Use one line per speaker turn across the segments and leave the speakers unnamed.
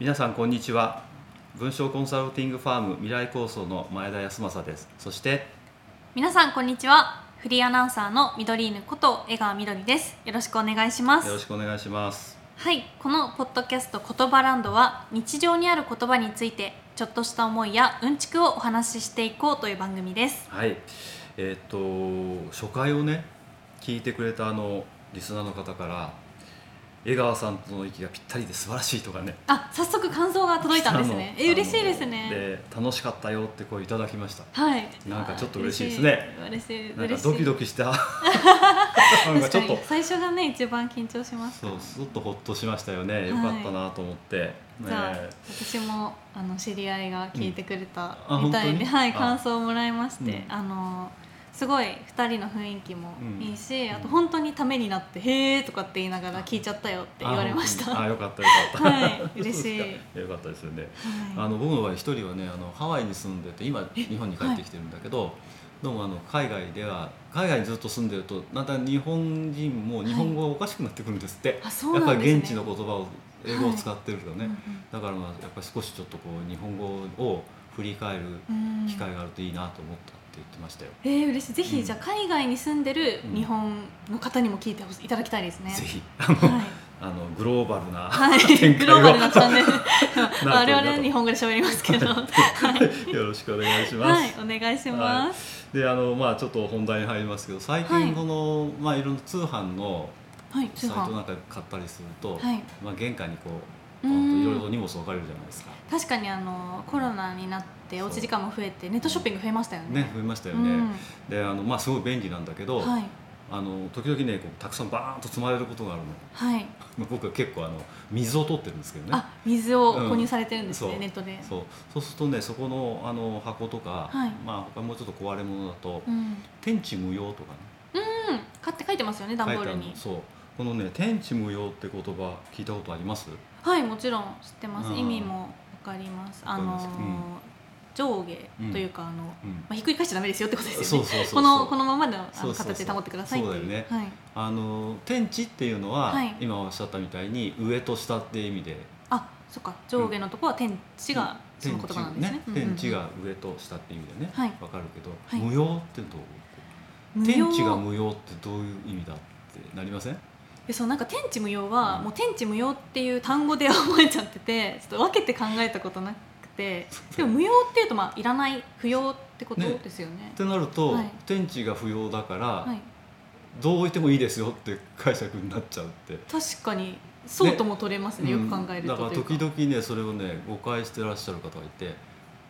皆さんこんにちは文章コンサルティングファーム未来構想の前田康政ですそして
皆さんこんにちはフリーアナウンサーのミドリーヌこと江川みどりですよろしくお願いします
よろしくお願いします
はいこのポッドキャスト言葉ランドは日常にある言葉についてちょっとした思いやうんちくをお話ししていこうという番組です
はいえっ、と初回をね聞いてくれたあのリスナーの方から江川さんとの息がぴったりで素晴らしいとかね
あ早速感想が届いたんですねえ
あの
嬉しいです
あの
ね
で楽しかったよって声いただきました
はい
なんかちょっと嬉しいですね
嬉しい嬉しい
なんかドキドキしたな んか
確
ち
か
ょっと
に最初がね一番緊張します
そ
から
うちょっとほっとしましたよねよかったなと思って、ね
じゃあ私もあの知り合いが聞いてくれた
うんあ
みたい
本当
で、
に
はい、
あ
感想をもらいまして、
うん
あのすごい2人の雰囲気もいいし、
うん
あと本当にためになって「へーとかって言いながら聞いちゃったよって言われまし
あ
た。
本当にあ
はい
よかったよかった。
はい嬉しい
そうですかよかったですよね。あの僕の場合一人はねあのハワイに住んでて今日本に帰ってきてるんだけど、どうもあの海外では海外にずっと住んでるとまた日本人も日本語がおかしくなってくるんですって。
あそう
やっ
な
ぱ
んですね
り現地の言葉を英語を使ってるとね、
うん
だからまあやっぱり少しちょっとこう日本語を振り返る
うん
機会があるといいなと思ったって言ってましたよ。
えー、嬉しいぜひ、
うん
じゃあ海外に住んでる日本の方にも聞いてほしいいただきたいですね。
ぜひあの、
はい
あのグローバルな、
はい、
展開を
グローバルなチャン ネル
と
まあ我々は日本語で喋りますけど、は
よろしくお願いし
い、
ます。
お願いします。
であのまあちょっと本題に入りますけど最
はい
近この、い、まあいろんな通販の
はい、
サ
通
イト
販。
なんか買ったりすると、
はい。
まあ玄関にこうポ
うん
ンといろいろと荷物置かれるじゃないですか。
確かにあのコロナになって
そう
おうち時間も増えてネットショッピング増えましたよね。
ね増えましたよ
う
ね。
ん
であのまあすごい便利なんだけど、
はい
あの時々ねこうたくさんバーンと積まれることがあるの。
はい。
まあ僕は結構あの水を取ってるんですけどね。
あ水を購入されてるんですね、
うん
ネットで。
そうそうするとねそこのあの箱とか、
はい
まあ他もうちょっと壊れ物だと、
うん、うん、
天地無用とかね
買って書いてますよね段ボ
書い
ー
て
ル
ある
に
の。そうこのね天地無用って言葉聞いたことあります？
はいもちろん知ってます、
うん
意味もわかります。あの
わかりますうん
上下というか、あのま
うん。
あひっくり返しちゃダメですよってことですよね。
そうそうそうそう
このこのままのあ
そう
の
そうそう
形で保ってくださいっていう。
そうだよね
はい。
あの天地っていうのは、
はい
今おっしゃったみたいに上と下っていう意味で
あそっか上下のところは天地がその言葉なんですね。うんうんうん
天地が上と下っていう意味でね、
はい
わかるけど、
はい
無用ってどう
無用
天地が無用ってどういう意味だってなりません？
でそうなんか天地無用は、
うん
もう天地無用っていう単語で覚えちゃっててちょっと分けて考えたことなくてでも無用っていうとまあいらない不要ってこと
ね
ですよね
っ。てなると、
はい
天地が不要だから、
はい、
どう置いてもいいですよって解釈になっちゃうって。
確かにそうとも取れますねよく考え
う
ると
んだから
というか
時々ねそれをね誤解してらっしゃる方がいて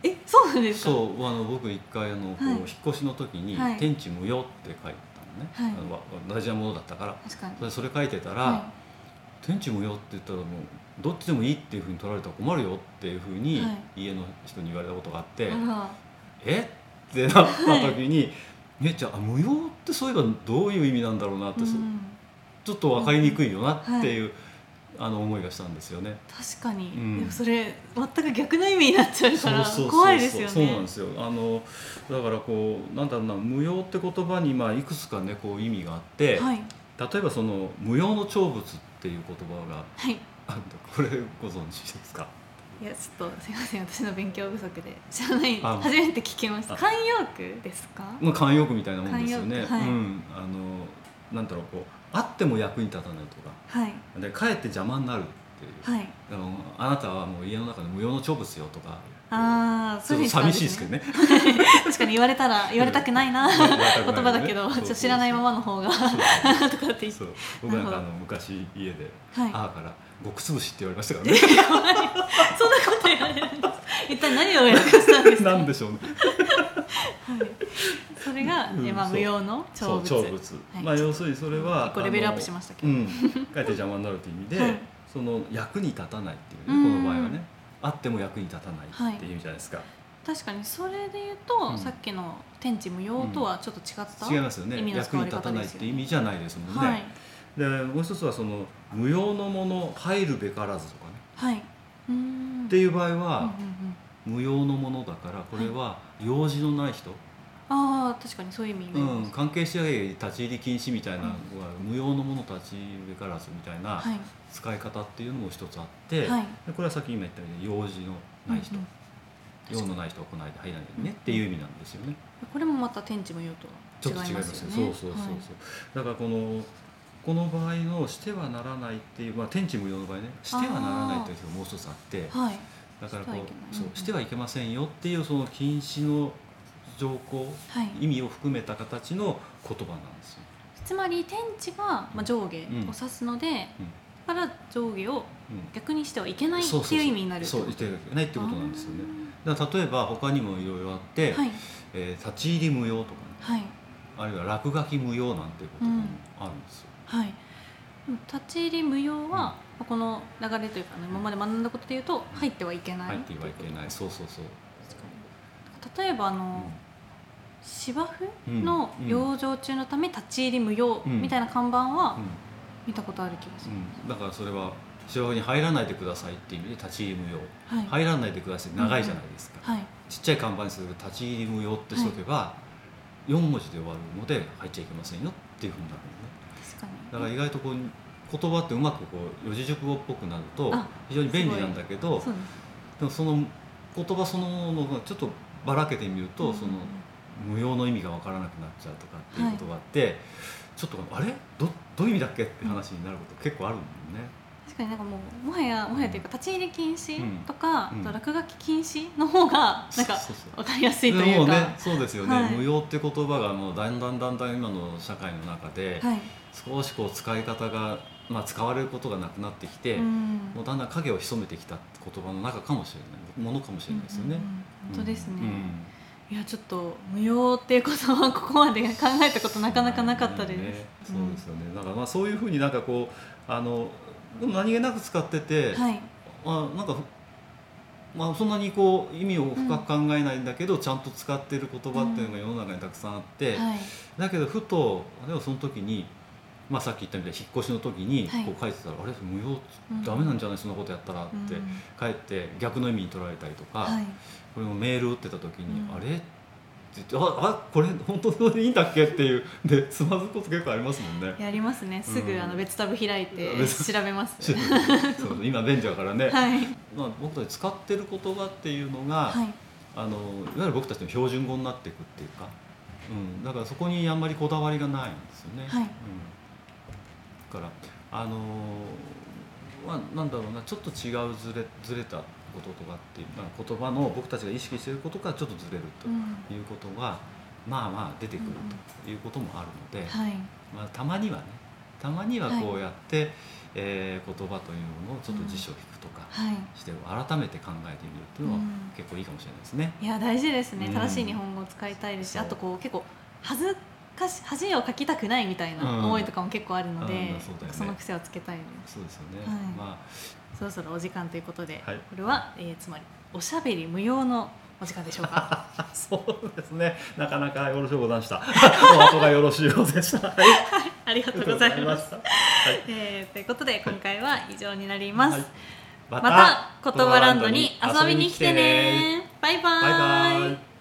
えそうなんですか
そうあの僕一回あの、こう
はい
引っ越しの時に、
はい
天地無用」って書いてたのね、
はい
あのわ大事なものだったから
確かに
それそれ書いてたら、
は
天地無用」って言ったらもうどっちでもいいっていうふうに取られたら困るよっていうふうに、
はい
家の人に言われたことがあっ
い
て
あら
「えっ?」てなった時に 「ねじゃあ無用ってそういえばどういう意味なんだろうなって、
う
そ
ん
ちょっと分かりにくいよなっていう、あの思いがしたんですよね。
確かに、
うん
でもそれ全く逆の意味になっちゃうから怖いですよね。
そうなんですよあのだからこうなんだろうな無用って言葉にまあいくつかねこう意味があって、
はい
例えばその無用の長物っていう言葉が
はい
あるんだこれご存知ですか
いやちょっとすみません私の勉強不足で知らない
あ
初めて聞きました
あ
慣用句ですか
まあ慣用句みたいなもんですよね、
慣用句はい
うんあのなんだろうこうあっても役に立たないとか
はい
でかえって邪魔になるっていう、
はい
あのあなたはもう家の中で無用の長物よとか
ああ
ちょっと寂しいですけど
ね
ね
確かに言われ たら言われたくないな
うん言われたくないね
言葉だけど
そうそう
ちょ
そ
っ
う
と知らないままの方が とかって言って
そう僕なんかあの昔家で
はい
母から「極つぶし」って言われましたからね
そんなこと言われるんです一体何をやらかしたんですか
なんでしょうね。
それが、
うん
えまあ
そう
無用の長物
そう長物。
はい
まあ要するにそれは
結構レベルアップしましたけど
あのうん。かえって邪魔になるという意味で、
はい
その役に立たないっていう
う
ね
ん
この場合はね、あっても役に立たないっていう意味じゃないですか。
確かにそれで言うと、
うん
さっきの天地無用とはちょっと違った、
違いますよね
意味の
役
使わ
に
れ
立
方
たないっ
ですよ
て意味じゃないですもんね。
はい
でもう一つはその無用のもの入るべからずとかね。
はいうーん
っていう場合
うんうん
は、
うん
無用のものだからこれは用事のない人、
あああ確かにそういう意味にな
う
りま
ん、
す、
関係者へ立ち入り禁止みたいなのは、無用のもの立ち入れからずみたいな
はい
使い方っていうのも一つあって、
はい
でこれはさっき今言ったように用事のない人、
うんうん
用のない人は来ないで入らないでねっていう意味なんですよね。
これもまた天地無用と
ちょっと
は
違
違
い
い
ま
ますす
よ
よ
ね。
ね
そうそうそうそう。
は
だ
い
からこのこの場合のしてはならないっていうまあ天地無用の場合ねしてはならないというのがもう一つあって
はい、
だからこ
してはいけな
う
い
そうしてはいけませ
うん
んよっていうその禁止の条項
はい、
意味を含めた形の言葉なんですよ。
つまり天地がまあ上下を指すので、だから上下を
うん
逆にしてはいけないっ
そう
て
そうそう
いう意味になる
そう
って
言ってはいけないってことなんですよね。だから例えば他にもいろいろあっ
あ
て、
ーはい
えー立ち入り無用とか、ね、あ
はい
るいは落書き無用なんていうこともあるんですよ。
はいでも立ち入り無用は、まあこの流れというか、ね、今まで学んだことでいうと入ってはいけない、
入ってはいけない。そうそうそう。
例えばあの、
うん
芝生の
うん
養生中のため立ち入り無用
うん
みたいな看板は
うん
見たことある気がしま
うん、だからそれは芝生に入らないでくださいっていう意味で立ち入り無用、
す、はい、
入らないでください長いじゃないですか、
はい
ちっちゃい看板にすると立ち入り無用ってしとけば、四4文字で終わるので入っちゃいけませんよっていうふうになるのね
確
だ
か
から
に
意外とこう言葉ってうまくこう四字熟語っぽくなると
あ
非常に便利なんだけど
そう
でもその言葉そのものがちょっとばらけてみると、
です
その無用の意味が分からなくなっちゃうとかっていうことがあって、ちょっとあれどどういう意味だっけって話になること結構あるもんね。
確かになんかもうもはやもはやというか立ち入り禁止とか、
うん
あと落書き禁止の方がなんか
そうそう
わかりやすいと
で
い
も
うか
ね、そうですよね、
はい
無用って言葉がもうだんだんだんだん今の社会の中で、
はい、
少しこう使い方が、まあ、使われることがなくなってきて、
うん
もうだんだん影を潜めてきた言葉の中かもしれないものかもしれないですよね。
うんうんうん本当ですね、
うん
いやちょっと無用っていうことはここまで考えたことなかなかなかったです、
ねそうですよね。なんかまあそういうふうになんかこうあのでも何気なく使ってて、
はい
まあなんかふまあそんなにこう意味を深く考えないんだけど、ちゃんと使ってる言葉っていうのが世の中にたくさんあって。
はい
だけどふとでもその時に、まあ、さっき言ったみたいに引っ越しの時に
はい
こう書いてたら、あれ無用
うん
ダメなんじゃないそんなことやったらって、
うん
書いて逆の意味に取られたりとか、
はい
これもメール打ってた時に、
うん
あれって言ってああこれ本当これでいいんだっけっていうでつまずくこと結構ありますもんね。
やりますねすぐ
うん
あの別タブ開いて
別
調べます、
そう今便利だからね、
はい
まあ、僕たち使ってる言葉っていうのが、
はい
あのいわゆる僕たちの標準語になっていくっていうか、うん、だからそこにあんまりこだわりがないんですよね。
はい
うん、だからあのーまあ、なんだろうなちょっと違うずれずれたこととかっていうまあ言葉の僕たちが意識していることからちょっとずれると
うん
いうことが、まあまあ出てくるということもあるので、
はい
まあ、たまにはねたまにはこうやって、えー言葉というのをちょっと辞書を引くとか
はい
して改めて考えてみるっていうのは
うん
結構いいかもしれないですね。
いや大事ですね、
うん
正しい日本語を使いたいですし
そう
あとこう結構恥ずかし恥をかきたくないみたいな思いとかも結構あるので、
うんうんそうだよね
その癖をつけたいで
そうですよね。
はい
ま
すそろそろお時間ということで、
はい
これは、えーつまりおしゃべり無用のお時間でしょ うか
あ、そうですね。なかなかよろしゅうございました。 お後がよろしゅうございました。はい、あ
ありがとうござい
りがとうございま
ます
したはい
えーということで今回は以上になります、
はい
また言葉ランドに遊びに来てねバイバ
バイバイ。